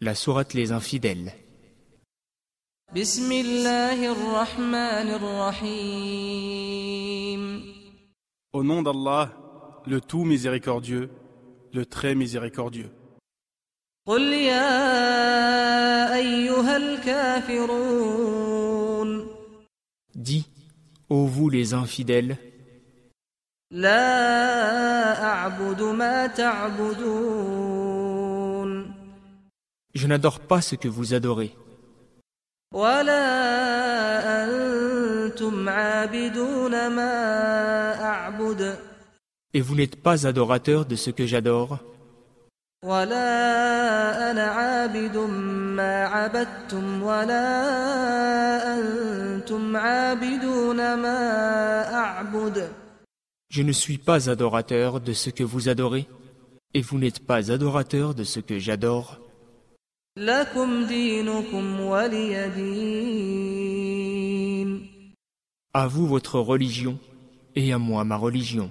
La sourate Les Infidèles. بسم الله الرحمن الرحيم Au nom d'Allah, le tout miséricordieux, le très miséricordieux. قل يا أيها الكافرون Dis, ô vous les infidèles, لا أعبد ما تعبدون je n'adore pas ce que vous adorez, ولا أنتم عابدون ما أعبد et vous n'êtes pas adorateurs de ce que j'adore, ولا أنا عابد ما عبدتم ولا أنتم عابدون ما أعبد je ne suis pas adorateur de ce que vous adorez, et vous n'êtes pas adorateurs de ce que j'adore. لكم دينكم ولي دين À vous votre religion, et à moi ma religion.